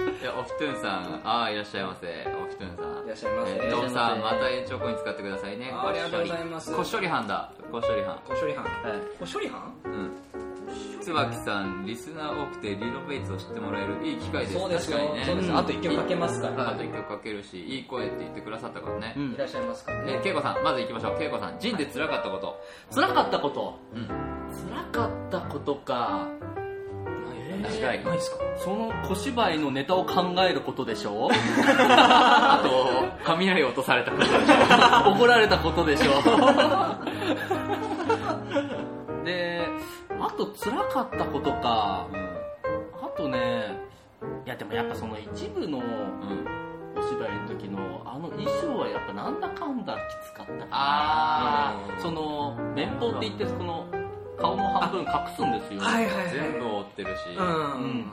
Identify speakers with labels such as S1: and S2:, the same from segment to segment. S1: いやオフトゥーンさんああいらっしゃいませオフトゥーンさん
S2: いらっしゃいませ
S1: えーどうもさん
S3: いら
S1: ま
S3: っしゃいませ
S1: た延長コイン使ってくださいね
S2: あありがとうございます
S1: こっしょり班だこっしょり班
S2: 小処理班
S1: はい
S2: 小処理班
S1: うん椿さんリスナー多くてリノベイツを知ってもらえるいい機会です
S2: そうですよ
S1: 確かにね
S2: そうです
S3: うん
S2: あと1曲かけますか
S1: あ
S2: ら
S1: と1曲かけるしいい声って言ってくださったからね、
S3: うん
S2: いらっしゃいますか
S1: で、恵子さん、まず行きましょう。恵子さん、ジンで辛かったこと。
S3: 辛かったこと
S1: うん。
S3: 辛かったことか
S1: 辛い。
S2: ないですか
S3: その小芝居のネタを考えることでし ょ
S1: あと、雷落とされたこと。
S3: 怒られたことでし ょであと辛かったことかあとねいやでもやっぱその一部の
S1: うん。
S3: お芝居の時のあの衣装はやっぱなんだかんだきつかったかな
S1: あー
S3: うんその綿棒って言ってその顔の半分隠すんですよ
S2: はいはいはい
S1: 全部を追ってるし、
S2: うん、
S3: うん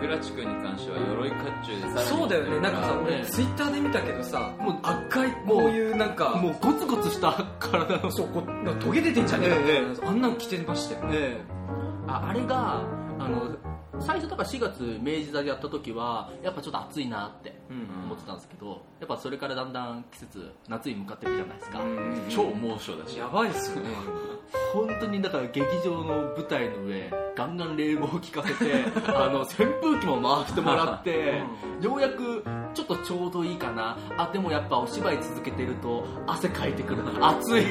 S1: 倉地君に関しては鎧甲冑でさらに
S2: そうだよねなんかさ
S1: 追って
S2: 俺
S1: るら
S2: ツイッターで見たけどさ
S3: もう
S2: 赤いこういうなんか
S3: もうゴツゴツした体の
S2: そうこうなんかトゲ出てんじゃねえかみたいなあんなの着てましたよね
S3: ええああれがあの最初だから4月明治座でやった時はやっぱちょっと暑いなって思ってたんですけど、やっぱそれからだんだん季節夏に向かっていくじゃないですか、
S2: うん
S1: 超猛暑だし
S2: やばいっすよね
S3: 本当にだから劇場の舞台の上ガンガン冷房を効かせ てあの扇風機も回してもらって、ようやくちょっとちょうどいいかなあでもやっぱお芝居続けてると汗かいてくるな暑い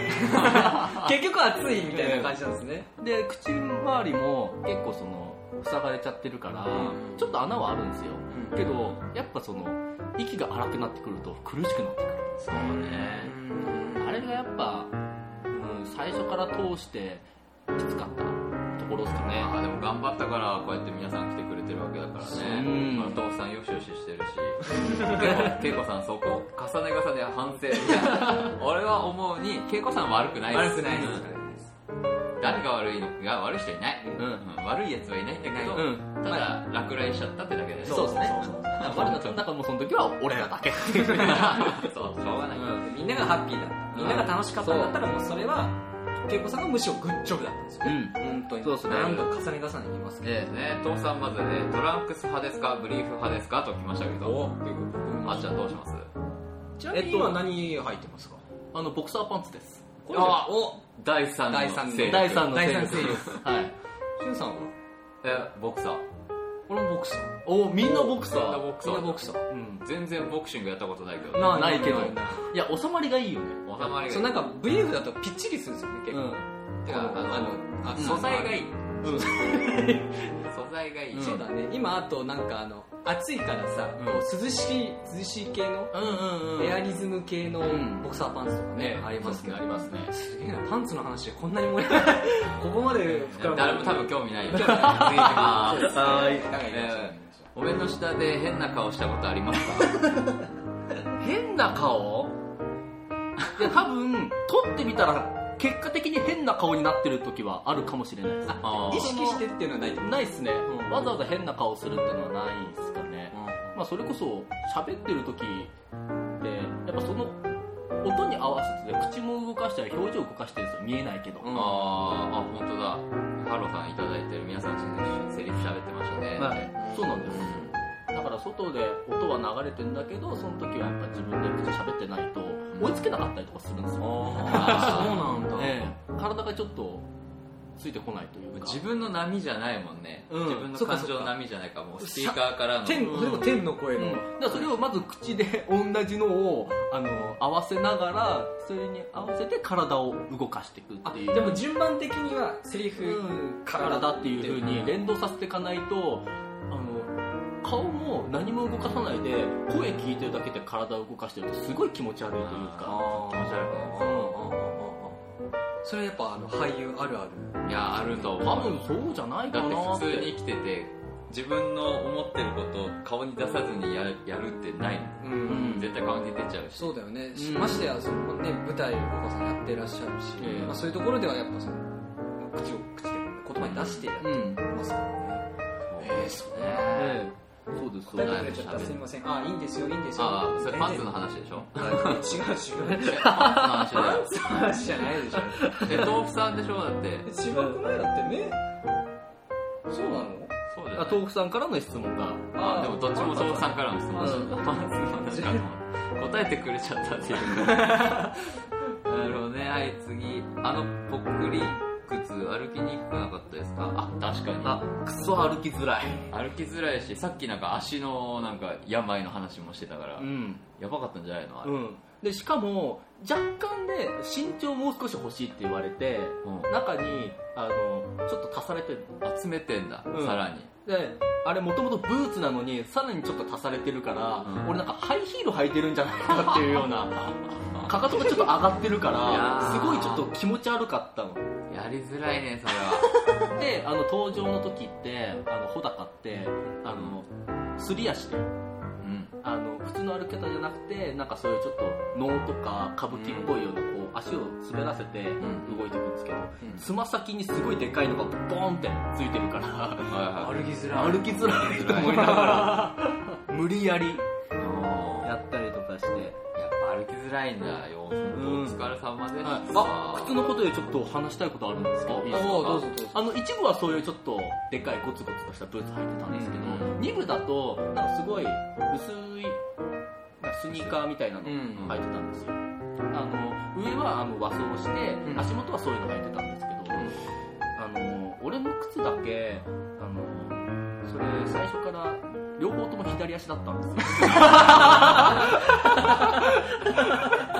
S2: 結局暑いみたいな感じなんですね
S3: で口周りも結構その塞がれちゃってるから、
S2: うん
S3: ちょっと穴はあるんですよ、
S2: うん
S3: けどやっぱその息が荒くなってくると苦しくなってくる
S1: そうね
S3: あれがやっぱ、うん、最初から通してきつかったところですかね
S1: まあでも頑張ったからこうやって皆さん来てくれてるわけだからね
S3: うん
S1: まあお父さんよしよししてるし恵子恵子さんそこ重ね重ね反省俺は思うに恵子さんは悪くないです
S2: 悪くないです
S1: うん誰が悪いのか悪い人いない、
S3: うん
S1: うん悪いやつはいないんだけど、
S3: うん
S1: ただ落雷しちゃったってだけで
S3: そうですね
S2: そう
S3: だからの中もその時は俺らだけ
S1: そうしょうがない、
S2: うんみんながハッピーだったみんなが楽しかったんだったらもうそれは恵子さんがむしろグッジョブだったんですよ
S3: うん
S2: 本当に
S3: そうっすね
S2: 何度重ね重ね言いますけど
S3: え
S1: ね、父さんまず、ね、トランクス派ですかブリーフ派ですかと聞きましたけどあっちゃんどうします
S2: ちなみに今何履いてますか
S3: えあのボクサーパンツです
S2: これじゃ
S1: あお第3
S2: 第三
S1: の
S2: の
S1: 勢力
S3: 第3の
S2: 第三
S3: 勢力
S2: 勢
S3: はい
S2: しゅんさんは
S1: えボクサー
S2: 俺もボクサー
S3: おみんなボクサ
S1: みんな
S3: ー
S1: ボクサ
S2: みんな
S1: ー
S2: ボクサー
S3: うん
S1: 全然ボクシングやったことないけど
S3: ないけど
S2: ないない
S3: いや収まりがいいよね
S1: 収まりがいい
S2: そうなんかブリーフだとぴっちりするんですよね結
S3: う
S2: 構
S3: ん
S1: てか
S2: あの
S1: あの
S2: あ の
S1: 素材がいい
S3: うん
S1: 素材がいい、
S3: うん
S2: そうだね今あとなんかあの暑いからさ、
S3: うん
S2: こう涼しい涼しい系の、
S3: うんうんうん
S2: エアリズム系の
S3: うん
S2: ボクサーパンツとかね、
S1: ね
S2: ありますけど
S1: ありますね
S2: すげえなパンツの話でこんなに盛り上がるここまで膨らむ
S1: 誰も多分興味ないよ次行きます
S3: はい
S2: なんか言いましょう
S1: えお目の下で変な顔したことありますか
S3: 変な顔いや多分撮ってみたら結果的に変な顔になってる時はあるかもしれないです
S1: あー
S2: 意識してっていうのはないと思う
S3: ないっすね、
S2: うん
S3: わざわざ変な顔するっていうのはないっすかね、まあ、それこそ喋ってる時ってやっぱその音に合わせて口も動かしたり表情動かしてるんですよ見えないけど、
S2: うん
S1: あーあ本当だハロさんいただいてる皆さんセリフ喋ってましたね、
S3: はいそうなんですだから外で音は流れてんだけどその時はやっぱ自分で口喋ってないと追いつけなかったりとかするんですよ、
S2: あーそうなんだ、
S3: ええ体がちょっとついてこないというか
S1: 自分の波じゃないもんね、
S3: うん
S1: 自分の感情の波じゃないからもうスピーカーからの
S2: 天
S3: うん
S2: でも天の声
S3: う
S2: の、
S3: ん、だからそれをまず口で同じのをあの合わせながらそれに合わせて体を動かしていく
S2: あ
S3: っていう
S2: でも順番的にはセリフ、
S3: うん
S2: 体
S3: 体っていう風に連動させていかないとあの顔も何も動かさないで声聞いてるだけで体を動かしてるとすごい気持ち悪いというか
S2: あー
S1: 気持ち悪くな
S2: あーあーあーあーそれやっぱあの俳優あるある
S1: いやあると
S3: 多
S1: 思う
S3: 分そうじゃないか
S1: だって
S3: な
S1: 普
S3: っ
S1: 通
S3: て
S1: に生きてて自分の思ってることを顔に出さずにやるやるってない、
S2: うん、
S3: ん
S1: 絶対顔に出ちゃうし
S2: そうだよね、
S3: うん
S2: ましてやその、ね、舞台をお母さんやってらっしゃるし、
S3: ええ
S2: まあ、そういうところではやっぱその口を口で言葉に出してやって
S3: うん
S2: ますからね、ええそうね
S3: ええそうですそう
S2: 答えてく
S3: で
S2: れちゃったすみませんあいいんですよいいんですよ
S1: ああそれパンツの
S2: 話
S1: 話でしょ
S2: 違う違う
S1: パンツの
S2: パン
S1: 話
S2: ツの話じゃないでしょ
S1: だよえ豆腐さんでしょだって
S2: 違くないだって目そうなの
S1: そうじゃだ
S3: あ
S1: ね
S3: 豆腐さんからの質問が
S1: あでもどっちも豆腐さんからの質問でし
S3: うん
S1: たパンツさん確かに答えてくれちゃったっていうなるほどねはい次あのぽっくり靴歩きにくくなかったですかあ確かに
S3: あクソ歩きづらい
S1: 歩きづらいしさっきなんか足のなんか病の話もしてたから、
S3: うん
S1: やばかったんじゃないのあれ、
S3: うんでしかも若干ね身長もう少し欲しいって言われて
S1: うん
S3: 中にあのちょっと足されてる
S1: 集めてんだ、
S3: うん
S1: さらに
S3: であれもともとブーツなのにさらにちょっと足されてるから、
S1: うん
S3: 俺なんかハイヒール履いてるんじゃないかっていうよう なかかとがちょっと上がってるか
S1: いや
S3: ら
S1: ー
S3: すごいちょっと気持ち悪かったの
S1: やりづらいねそれ は
S3: であの登場の時ってあの穂高ってあのすり足で
S1: うん
S3: あの普通の歩き方じゃなくてなんかそういうちょっと能とか歌舞伎っぽいようなこう足を滑らせて
S1: ん
S3: 動いていくんですけど
S1: うん
S3: つま先にすごいでかいのがボーンってついてるから
S1: はいはい
S4: きづ
S3: 歩きづらいと思いながら無理やり
S1: おー
S3: や
S1: やっ
S3: ったりとかして
S1: ぱ歩きづらいんだよ、
S3: ん
S1: お疲れ様でした、
S3: あ靴のことでちょっと話したいことあるんですけどいいですか
S1: おうどうぞ
S4: どうぞ
S3: あの一部はそういうちょっとでかいゴツゴツとしたブーツ履いてたんですけど、
S1: うん
S3: 二部だとなんかすごい薄いなんかスニーカーみたいなの
S1: うん
S3: 履いてたんですよ、あの上はあの和装して、
S1: うん
S3: 足元はそういうの履いてたんですけど、あの俺の靴だけあのそれ最初から両方とも左足だったんですよ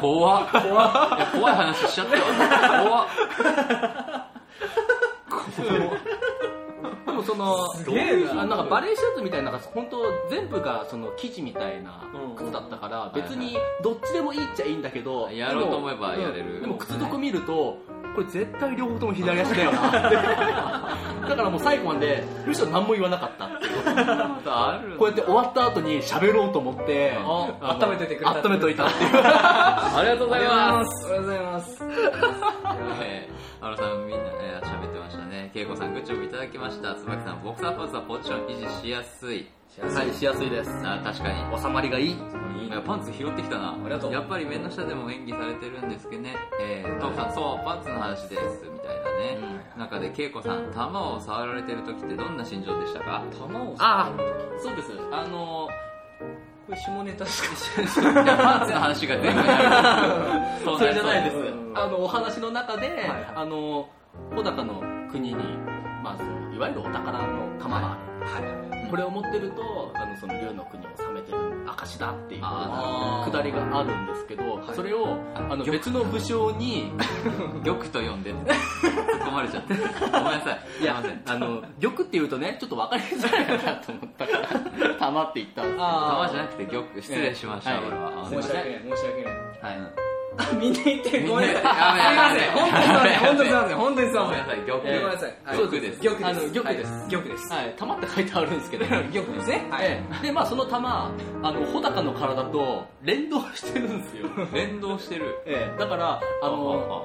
S1: 怖っ怖っいや怖い話しちゃったわ怖っ
S3: でもその
S4: すげえな
S3: あのなんかバレーシャツみたいななんか本当全部がその生地みたいな靴だったから
S1: うん
S3: 別にどっちでもいいっちゃいいんだけど
S1: やろうと思えばやれる
S3: うんでも靴底見るとこれ絶対両方とも左足だよなってだからもう最後までむしろ何も言わなかったっていう
S1: ことある
S3: こうやって終わった後に喋ろうと思って
S4: あ
S3: あの
S4: 温めといてくれた
S3: 温めといたっていう
S1: ありがとうございます
S4: すありがとうございます
S1: えーあのさんみんなね喋ってましたね恵子さんグッジョブいただきました椿さんボクサーポーズはポジション維持しやすい
S3: はいしやすいです
S1: あ確かに
S3: 収まりがいい
S1: いやパンツ拾ってきたな
S4: りがとう
S1: やっぱり目の下でも演技されてるんですけどねえー、トムさんそうパンツの話ですみたいなね、中で恵子さん玉を触られてる時ってどんな心情でしたか
S4: 球を
S3: ああそうですあの
S4: これ下ネタしか
S1: いやパンツの話が全部ない
S3: それじゃないです
S1: そう
S3: あのお話の中で、
S4: い
S3: あの穂高の国に、まあ、そのいわゆるお宝の玉がある、
S1: い
S3: これを持ってるとあのその竜の国を治めてる証だっていう
S1: あ
S3: くだりがあるんですけど、
S4: はい
S3: それをあの別の武将に
S1: 玉と呼んで突っ込まれちゃってごめんなさい
S3: いやあの玉っていうとねちょっと分かりづらいかなと思ったから玉って言ったんです
S1: 玉
S4: あ
S1: じゃなくて玉失礼しました、
S3: はい
S1: 俺は
S4: あ
S1: あ
S4: 申し訳ない申し訳ない
S1: はい
S4: あみんな言ってるごめんな
S1: や
S4: さい
S1: め
S4: す
S1: て
S4: いません本当にすいません本当にすい
S1: ご
S4: ま
S1: め
S4: せん
S1: んなさい玉
S4: ごめんなさいはい
S1: 玉です
S4: 玉です
S3: あの玉
S4: はい玉で
S3: です
S4: す
S3: はい、玉って書いてあるんですけど
S4: 玉ですねはい
S3: ええでまあその玉あの穂高の体と連動してるんですよ、
S1: 連動してる
S3: ええだからあ
S1: あ
S3: の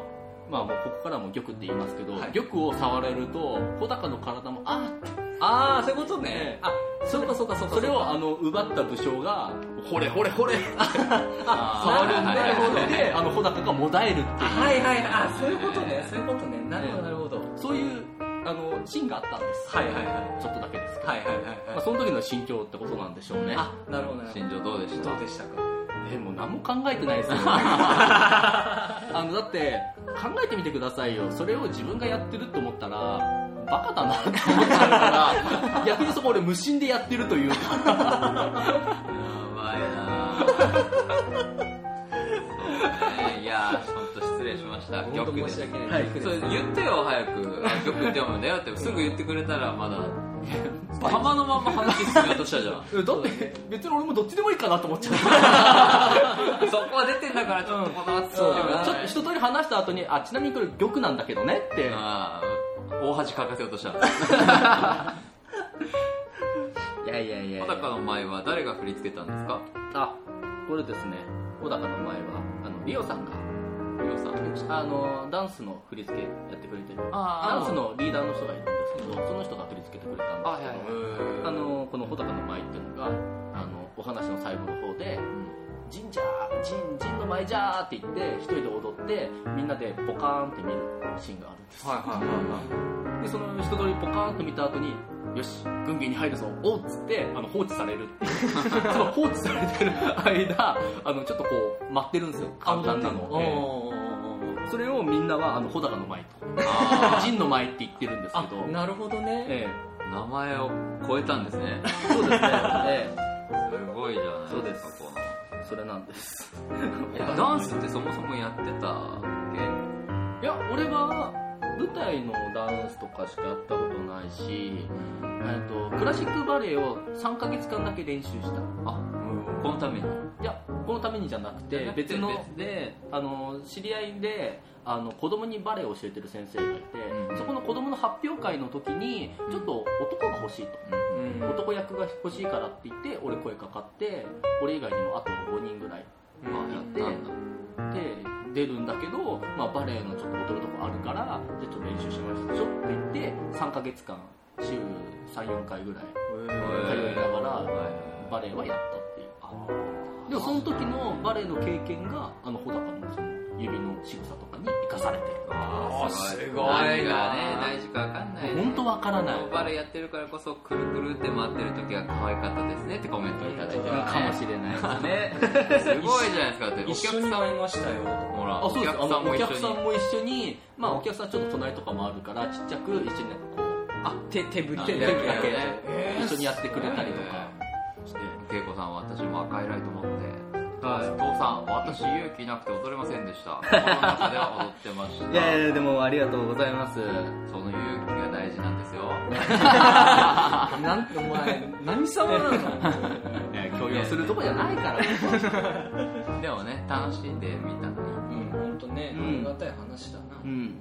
S3: まあもうここからも玉って言いますけど、
S4: はい
S3: 玉を触られると穂高の体もあーって
S4: ああそういうこと
S3: ええ
S4: ねあそうかそうかそうか
S3: それをあの奪った武将がほれほれほれ触
S1: あ
S3: るん
S1: なるほど
S3: でであの穂高がもだえるっていう
S4: あはいはいはいあそういうことねそういうことねなるほどなるほど
S3: そういうあのシーンがあったんです
S4: はいはいはい
S3: ちょっとだけですけど、
S4: はいはい
S3: ま
S4: は
S3: あ、
S4: い
S3: その時の心境ってことなんでしょうね
S4: あなるほどなるほ
S1: 心情どうでした
S4: どどうでしたか
S3: えもう何も考えてない ですよあのだって考えてみてくださいよそれを自分がやってると思ったらバカだなって思っちゃうから 逆にそこ俺無心でやってるというか
S1: やばいなぁそうねいやー、ほんと失礼しました。
S4: 本
S1: 玉
S4: 当
S1: で
S4: 申し。
S1: す
S4: 訳ない
S3: はい
S4: 玉
S1: そ
S4: で
S1: れ
S4: す
S1: 言ってよ、早く。あ玉って読むんだよって、すぐ言ってくれたらまだ。玉のまま話進めようとしたじ ゃん。
S3: えだって別に俺もどっちでもいいかなと思っちゃう
S1: そこは出てんだから、ちょっとこだわって
S4: そう
S1: 言わ
S3: ち
S1: な
S3: ょっと
S1: い
S3: 一通り話した後にあちなみにこれ玉なんだけどねって
S1: あー大恥かかせようとした。
S3: いやいやいや
S1: 小高の前は誰が振り付けたんですか
S3: あこれですね小高の前はあのリオさんが
S1: りょうさん。
S3: あのダンスの振り付けやってくれてる
S1: あ
S3: ダンス。のリーダーの人がいるんですけどその人が振り付けてくれたん
S1: あ、
S3: です
S1: はい
S3: け
S1: は
S3: ど
S1: いはい。
S3: あのこの穂高の舞っていうのがあのお話の最後の方で「神社神神の舞じゃー」って言って一人で踊ってみんなでポカーンって見るシーンがあるんです、
S4: はいはいはいはい
S3: でその一通りポカーンと見た後によし軍議に入るぞおうっつってあの放置されるっていうその放置されてる間あのちょっとこう待ってるんですよ簡単なの
S4: おー
S3: え
S4: おーおーお
S3: えそれをみんなはあの穂高の舞と
S1: あ
S3: 陣の舞って言ってるんですけど
S4: ーあなるほどね、
S3: え
S1: ー名前を超えたんですね。
S3: えそうですね、え
S1: すごいじゃない
S3: そう
S1: で
S3: ですす
S1: か、この。
S3: えそれなんです
S1: えダンスってそもそもやってたっ
S3: いや俺は舞台のダンスとかしかやったことないし、えっとクラシックバレエを3ヶ月間だけ練習し
S1: け
S3: た
S1: あ、このために。
S3: いやこのためにじゃなく
S1: じゃ
S3: て
S1: なくて
S3: 別の
S1: 別
S3: であの知り合いであの子供にバレエを教えてる先生がいて、
S1: うん
S3: そこの子供の発表会の時にちょっと男が欲しいと、
S4: うん
S3: 男役が欲しいからって言って俺声かかって俺以外にもあと5人ぐらい
S1: まあ、やったんだ。
S3: で出るんだけど、まあ、バレエのちょっと踊るとこあるからじゃあちょっと練習しましょうって言って3ヶ月間週34回ぐらい通いながらバレエはやったっていうでもその時のバレエの経験があの穂高のその指の仕草とかに生かされて
S1: あー
S4: すごいな
S1: 何がね、大事かわかんないね。
S3: 本当わからない
S1: バレエやってるからこそ、くるくるって回ってる時は可愛かったですねってコメントいただいてるね。
S3: かもしれないですね
S1: すごいじゃないですか、だってお客
S4: 一
S1: さ
S4: 緒に
S1: ん
S4: 会いましたよ
S1: ほら、
S3: あ
S1: お
S3: そうです
S1: 客
S3: あ
S1: さ
S3: の
S1: んも
S3: お
S1: 一
S3: 客さ
S1: 緒
S3: ん
S1: に。
S3: も一緒にまあお客さんちょっと隣とかもあるからちっちゃく一緒になんかこう
S4: あ手手振り
S1: 手振り
S3: 手振り
S1: だ
S3: だ
S1: け
S3: け
S4: えー
S3: 一緒にやってくれたりとかして
S1: 恵子さんは私も赤いライト持って、
S3: は
S1: 父さん、私勇気なくて踊れませんでした。心の中では踊ってまし
S3: いやい
S1: た。
S3: やでもありがとうございます
S1: その勇気が大事なんですよ。
S4: なんてお前何様なの
S3: 強要するとこじゃない から僕は
S1: でもね、楽しんでみたのに。
S3: うん
S4: 本当ね
S3: うん
S4: ありがたい話だな、
S3: うん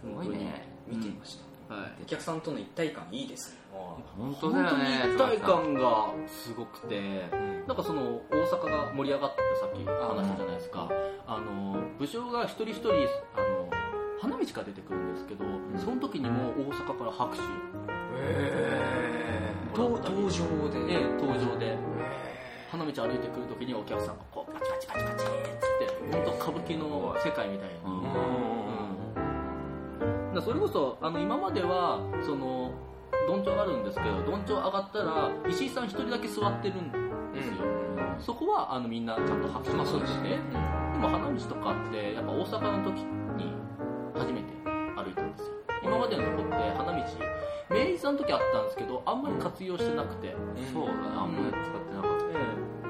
S1: すごいね。
S4: 見てました、
S3: はい
S4: お客さんとの一体感いいですね
S1: 本当
S3: 本
S1: だ
S3: 当に
S1: よね。
S3: 一体感がすごくて、なんかその大阪が盛り上がったってさっき話したじゃないですか、あの武将が一人一人あの花道から出てくるんですけど、その時にもう大阪から拍手
S4: ええ登場で、
S3: で登場で花道歩いてくる時にお客さんがこうパチパチパチパチっつって本当歌舞伎の世界みたいな、
S1: うん
S4: うん
S3: だからそれこそあの今まではそのどんちょうあるんですけどどんちょう上がったら石井さん一人だけ座ってるんですよ、そこはあのみんなちゃんと拍手
S4: まあそ
S3: そうう
S4: で
S3: ですす
S4: ね
S3: ね、でも花道とかってやっぱ大阪の時に初めて歩いたんですよ今までのとこって花道明治さんの時あったんですけどあんまり活用してなくて、
S1: そうだね、あんまり使ってなかった。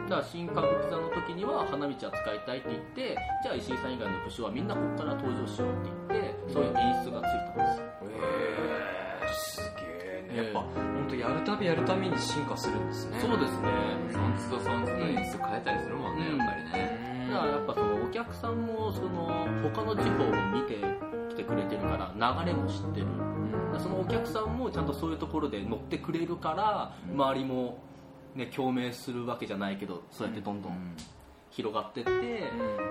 S3: だから新歌舞伎座の時には花道は使いたいって言ってじゃあ石井さん以外の武将はみんなここから登場しようって言ってそういう演出がついたんですよ
S4: ええすげえね
S3: ええ
S4: やっぱ本当やるたびやるたびに進化するんですね
S3: そうですね、
S1: ソンツとソンツの演出変えたりするもんね、
S3: うん
S1: やっぱりね。
S3: だからやっぱそのお客さんもその他の地方を見てきてくれてるから流れも知ってるそのお客さんもちゃんとそういうところで乗ってくれるから周りも、ね、共鳴するわけじゃないけどそうやってどんどん広がってって、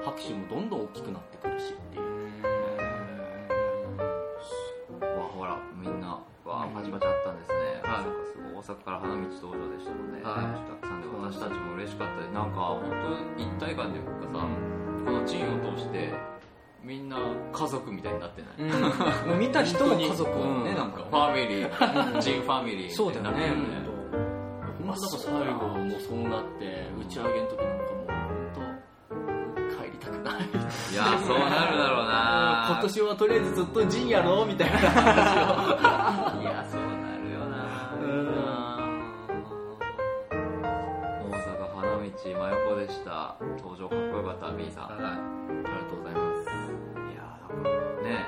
S3: 拍手もどんどん大きくなってくるしっていう
S1: わほらみんなわあパチパチあったんですね、
S3: はい
S1: 大阪すごい大阪から花道登場でしたもんね、
S3: はい
S1: たくさんで私たちも嬉しかったですなんか本当一体感というかさ、このチームを通してみんな家族みたいになって ない、
S4: うんもう見た人の家族
S1: うん
S4: ね、なんか
S1: ファミリージンファミリー
S4: そうだよね
S1: みたいになってるよ
S3: 本当なんか最後もうそうなって打ち上げの時なんかもう本当帰りたくない
S1: いやそうなるだろうな
S3: 今年はと りあえずずっと陣やろうみたいな 話を
S1: いやそうなるよな大阪花道真横でした登場かっこよかった B さん、
S3: ありがとうございます
S1: いやーだからね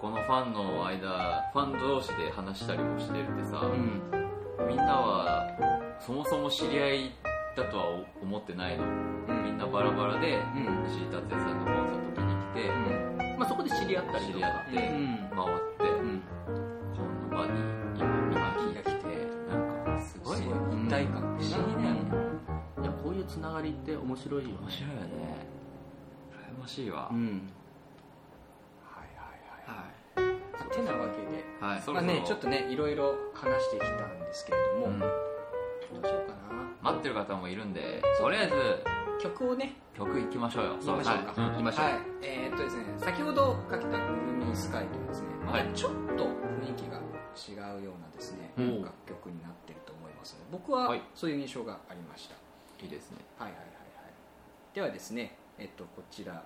S1: このファンの間ファン同士で話したりもしてるってさ、
S3: うん
S1: みんなはそもそも知り合いだとは思ってないの、みんなバラバラで
S3: うん
S1: 石井達也さんのコンサート見に来て、
S3: まあ、そこで知り合ったりとか
S1: 知り合って、
S3: う
S1: 回って、
S3: ん
S1: この場に今今来てなんかすごい
S4: す
S1: ね
S4: ごい一体感
S1: 不思議だよね
S3: いやこういうつながりって面白いよね
S1: 面白いよね羨ましいわ、
S3: うん
S4: はい
S3: は
S4: はいてなわけで
S1: はいそ
S4: まあ
S1: ろそろ、
S4: ねちょっとねいろいろ話してきたんですけれども、
S1: うん
S4: どうしようかな
S1: 待ってる方もいるんでとりあえず
S4: 曲をね
S1: 曲いきましょうよ
S4: 言いましょうか、
S1: はい
S3: い行きましょう
S4: はいえーっとですね先ほどかけた「グルミンスカイ」とはですね、ま
S1: は
S4: た
S1: い
S4: ちょっと雰囲気が
S2: 違うようなですね、
S1: うん
S2: 楽曲になってると思いますので僕
S1: は
S2: はいそういう印象がありました、
S1: いいですね
S2: はいはいはいはいではですね、えっと、こちら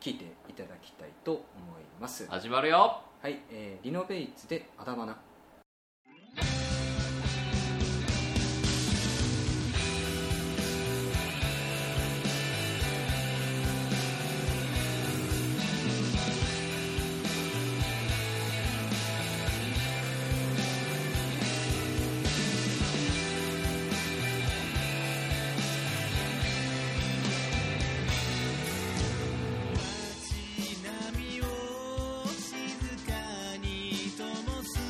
S2: 聴いていただきたいと思います
S1: 始まるよ
S2: はい、えーリノベイツで「あだまな」
S5: 「静かに灯す」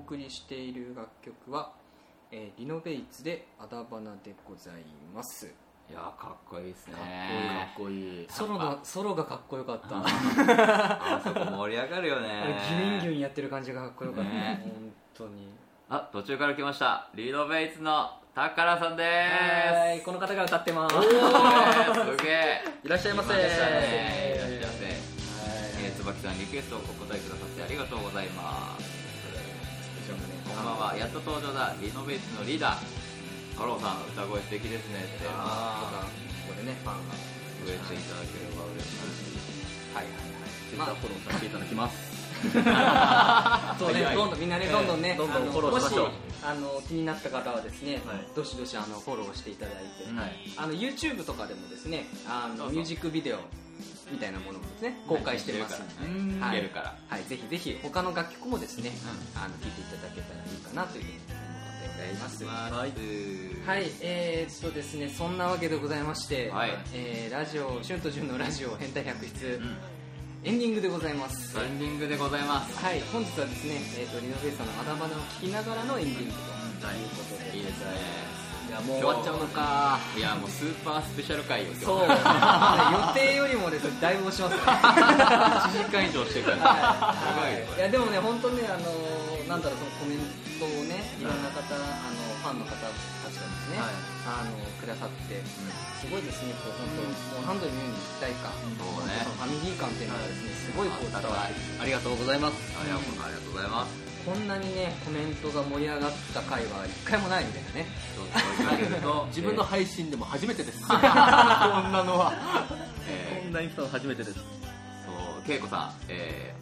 S2: 送りしている楽曲は、えーリノベイツで「あだ花」でございます
S1: いやーかっこいいですね
S3: かっこいい
S2: ソロがソロがかっこよかった
S1: あそこ盛り上がる よね
S2: あれギュインギュインやってる感じがかっこよかった、
S1: ね
S2: 本当に
S1: あ途中から来ましたリノベイツのタカラさんで
S2: は
S1: ー
S2: ーい
S1: す
S2: この方が歌ってます
S1: おーすげえ
S2: いらっしゃいませ
S1: いらっしゃいませいらっしゃいませ
S2: はい
S1: えー椿さんリクエストをお答えくださってありがとうございます
S2: 以上がね
S1: こんばんはやっと登場だリノベイツのリーダー太郎さん歌声素敵ですねって
S2: あーここでねファンが
S1: 嬉していただければ嬉しいです
S2: はいはい
S3: まあフォローさせていただきま
S2: は
S3: す
S2: いそう
S3: はいは
S2: ね
S3: い
S2: どんどんみんなね
S3: ええ
S2: どんどんね
S3: どんどん
S2: あの
S3: フォローしましょう
S2: もあの気になった方はですね
S3: はい
S2: どしどしあのフォローしていただいて
S1: はい
S2: あの YouTube とかでもですねあ
S1: そう
S2: の
S1: そう
S2: ミュージックビデオみたいなものもですね公開してます
S1: はい
S2: ので
S3: う
S1: 聞
S3: ん
S2: は
S1: け
S2: い
S1: るから
S2: はい、ぜひぜひ他の楽曲もですね、あの聴いていただけたらいいかなというふうに思っております。
S1: はい
S2: はい、えー、っとですね、そんなわけでございまして、
S1: はい
S2: えーラジオ、春と潤のラジオ変態百出、
S1: ん
S2: エンディングでございます。
S1: エンディングでございます
S2: はい、本日はですね、えー、っと、リノベーさんのあだ花を聞きながらのエンディングということで、
S1: いいですね
S2: いや、もう終わっちゃうのか。
S1: いやもうスーパースペシャル回よ今日
S2: そう、予定よりもですね、だいぶ押しますね。
S1: 1時 間以上してくれる
S2: はいいやでもね、本当ね、あのーなんだろう、そのコメントをね、いろんな方、あのファンの方たちがですね、
S1: はい
S2: あのくださって、すごいですね、こう本当、もう何度言うように期待感、
S1: そうね
S2: そのファミリー感っていうのがですね、すごいこう伝わって、
S1: ありがとうございますありがとうございます
S2: こんなにね、コメントが盛り上がった回は一回もないみたいなね。
S1: ちょっと追いかけると
S3: 自分の配信でも初めてですこんなのは
S1: えー
S3: こんなに来たの初めてです
S1: そう恵子さん、えー、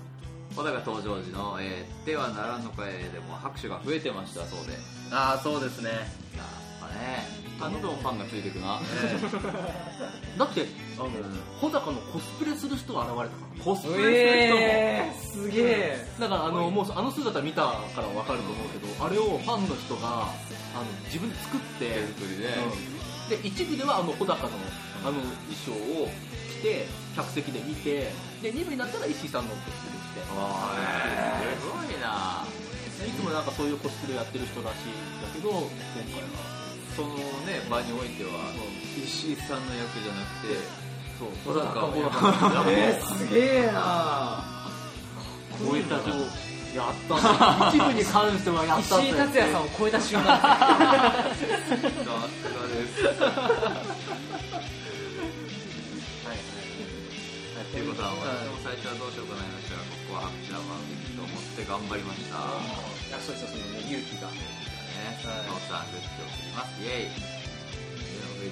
S1: 小高登場時の、えーではならぬ会でも拍手が増えてましたそうで、
S3: ああそうですね
S1: やっぱね、どんどんファンがついていくな、
S3: だってあの 穂高のコスプレする人が現れたから
S1: コスプレする人も、
S2: ー、すげえ。
S3: だからあのもうあの姿見たから分かると思うけどあれをファンの人があの自分で作って、
S1: 手作りで、
S3: うんで一部ではあの穂高のあの衣装を着て客席で見てで二部になったら石井さんのコスプレし
S1: わあねすごいな、
S3: ていつもなんかそういうコスプレやってる人らしいんだけど今回は
S1: そのね場においては、石井さんの役じゃなくて、
S3: そう
S1: 小高を
S3: 穂
S1: やっ
S3: 高の役を
S1: え
S2: すげえな
S1: 超えたじゃん、
S3: やった一部に関してはやった
S2: 石井達也さんを超えた瞬間
S1: さすがです。
S3: ん
S1: 恵子さん、私も最初はどうしようか悩みましたが、ここは拍手は万劇と思って頑張りました。
S2: いやそうですそうですね勇気が
S1: ね、はい、さん、グッズを送ります。イェイリ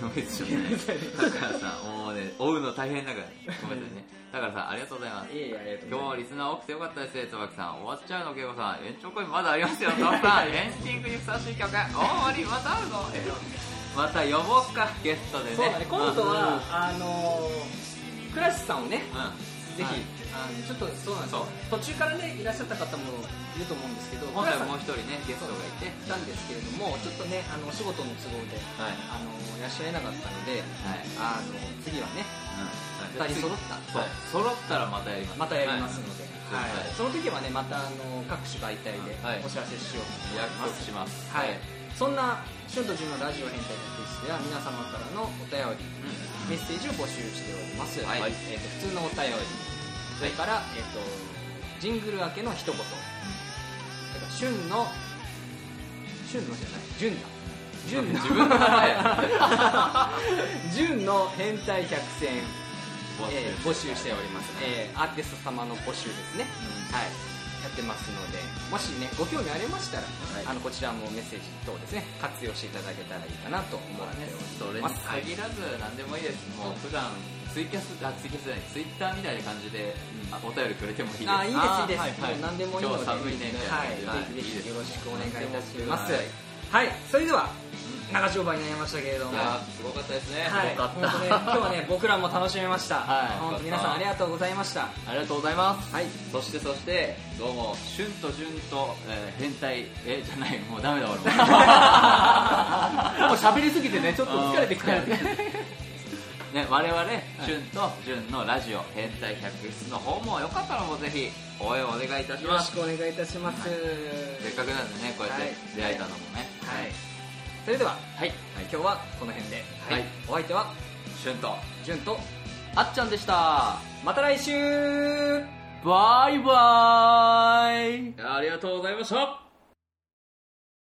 S1: ノベイツさん、あ、リノベイツじゃない。タカラさん、もうね、追うの大変だから、ごめんなさいね。タカラさん、ありがとうございます。
S2: いえいえありがとうご
S1: 今
S2: ざい
S1: 日もリスナー多
S2: ます
S1: くてよかったですね、椿さん。終わっちゃうの、恵子さん。延長コインまだありますよ、トラさん。エンディングにふさわしい曲。大終わり、またあるの。えまた呼ぼうか、ゲストでね。
S2: そうだね今度
S1: うん
S2: は、あのー、倉石さんをねぜひ、
S1: はい
S2: あのちょっとそうなんです
S1: そう
S2: よ途中からねいらっしゃった方もいると思うんですけど
S1: うん。本来もう
S2: も
S1: 一人ね、ゲストがいて。
S2: 来たんですけれどもちょっとねあのお仕事の都合で、
S1: はい。
S2: あのいらっしゃれなかったので
S1: はい。
S2: あの次はね
S1: うん。
S2: 2人揃っ
S1: そう揃ったらまたやります。
S2: またやりますので、
S1: はい
S2: は
S1: は
S2: い
S1: い
S2: その時はねまたあの各種媒体で
S1: はい
S2: お知らせしようと思い
S1: 約
S2: ま
S1: 束
S2: す、
S1: します。
S2: はい、そんな「春と純のラジオ変態のクイズ」では皆様からのお便り
S1: う
S2: メッセージを募集しております、
S1: はい
S2: えー、と普通のお便りそれから、えー、とジングル明けの一言、だから旬の旬のじゃない旬だ
S1: ん。
S2: 旬の
S1: 自分の名前やね。
S2: 旬の変態百選、
S1: 募集
S2: えー募集しております、えーアーティスト様の募集ですね、はいやってますのでもしねご興味ありましたら、
S1: い
S2: あのこちらもメッセージ等ですね活用していただけたらいいかなと思っております
S1: それに限らず何でもいいです、もう普段ツイキャスあツイキャスじゃないツイッターみたいな感じで、あお便りくれてもいいです
S2: あいいですいいです、
S1: はいはい
S2: もう何でもいい
S1: 今
S2: ので
S1: 日寒いね
S2: は
S1: はい
S2: い、ぜひ
S1: い
S2: ぜ
S1: いです
S2: ひよろしくお願いいたします
S1: はい
S2: はい、それでは長丁場になりましたけれども
S1: いやすごかったですね、
S2: はい、
S1: すごか
S2: 本
S1: っ
S2: 当
S1: た
S2: ね、今日は ね、僕らも楽しめました。
S1: はい
S2: 本当皆さんありがとうございました。
S1: ありがとうございます
S2: はい、
S1: そしてそしてどうも旬と旬と、えー変態えーじゃないもうダメだ俺も
S3: もう喋りすぎてねちょっと疲れてきたよね
S1: ね、我々、旬と旬のラジオ、変態百室の方もよかったらもうぜひ、応援お願いいたし
S2: よろ
S1: ま
S2: し
S1: す。
S2: くお願いいたします。
S1: せっかくなんでね、こうやっ
S2: は
S1: て
S2: い
S1: 出会えたのもね。
S2: はい。それでは、
S1: はい。
S2: 今日はこの辺で。
S1: はい
S2: お相手は、
S1: 旬と、
S2: じゅんと、
S1: あっちゃんでした。
S2: また来週
S3: バイバーイ
S1: ありがとうございました。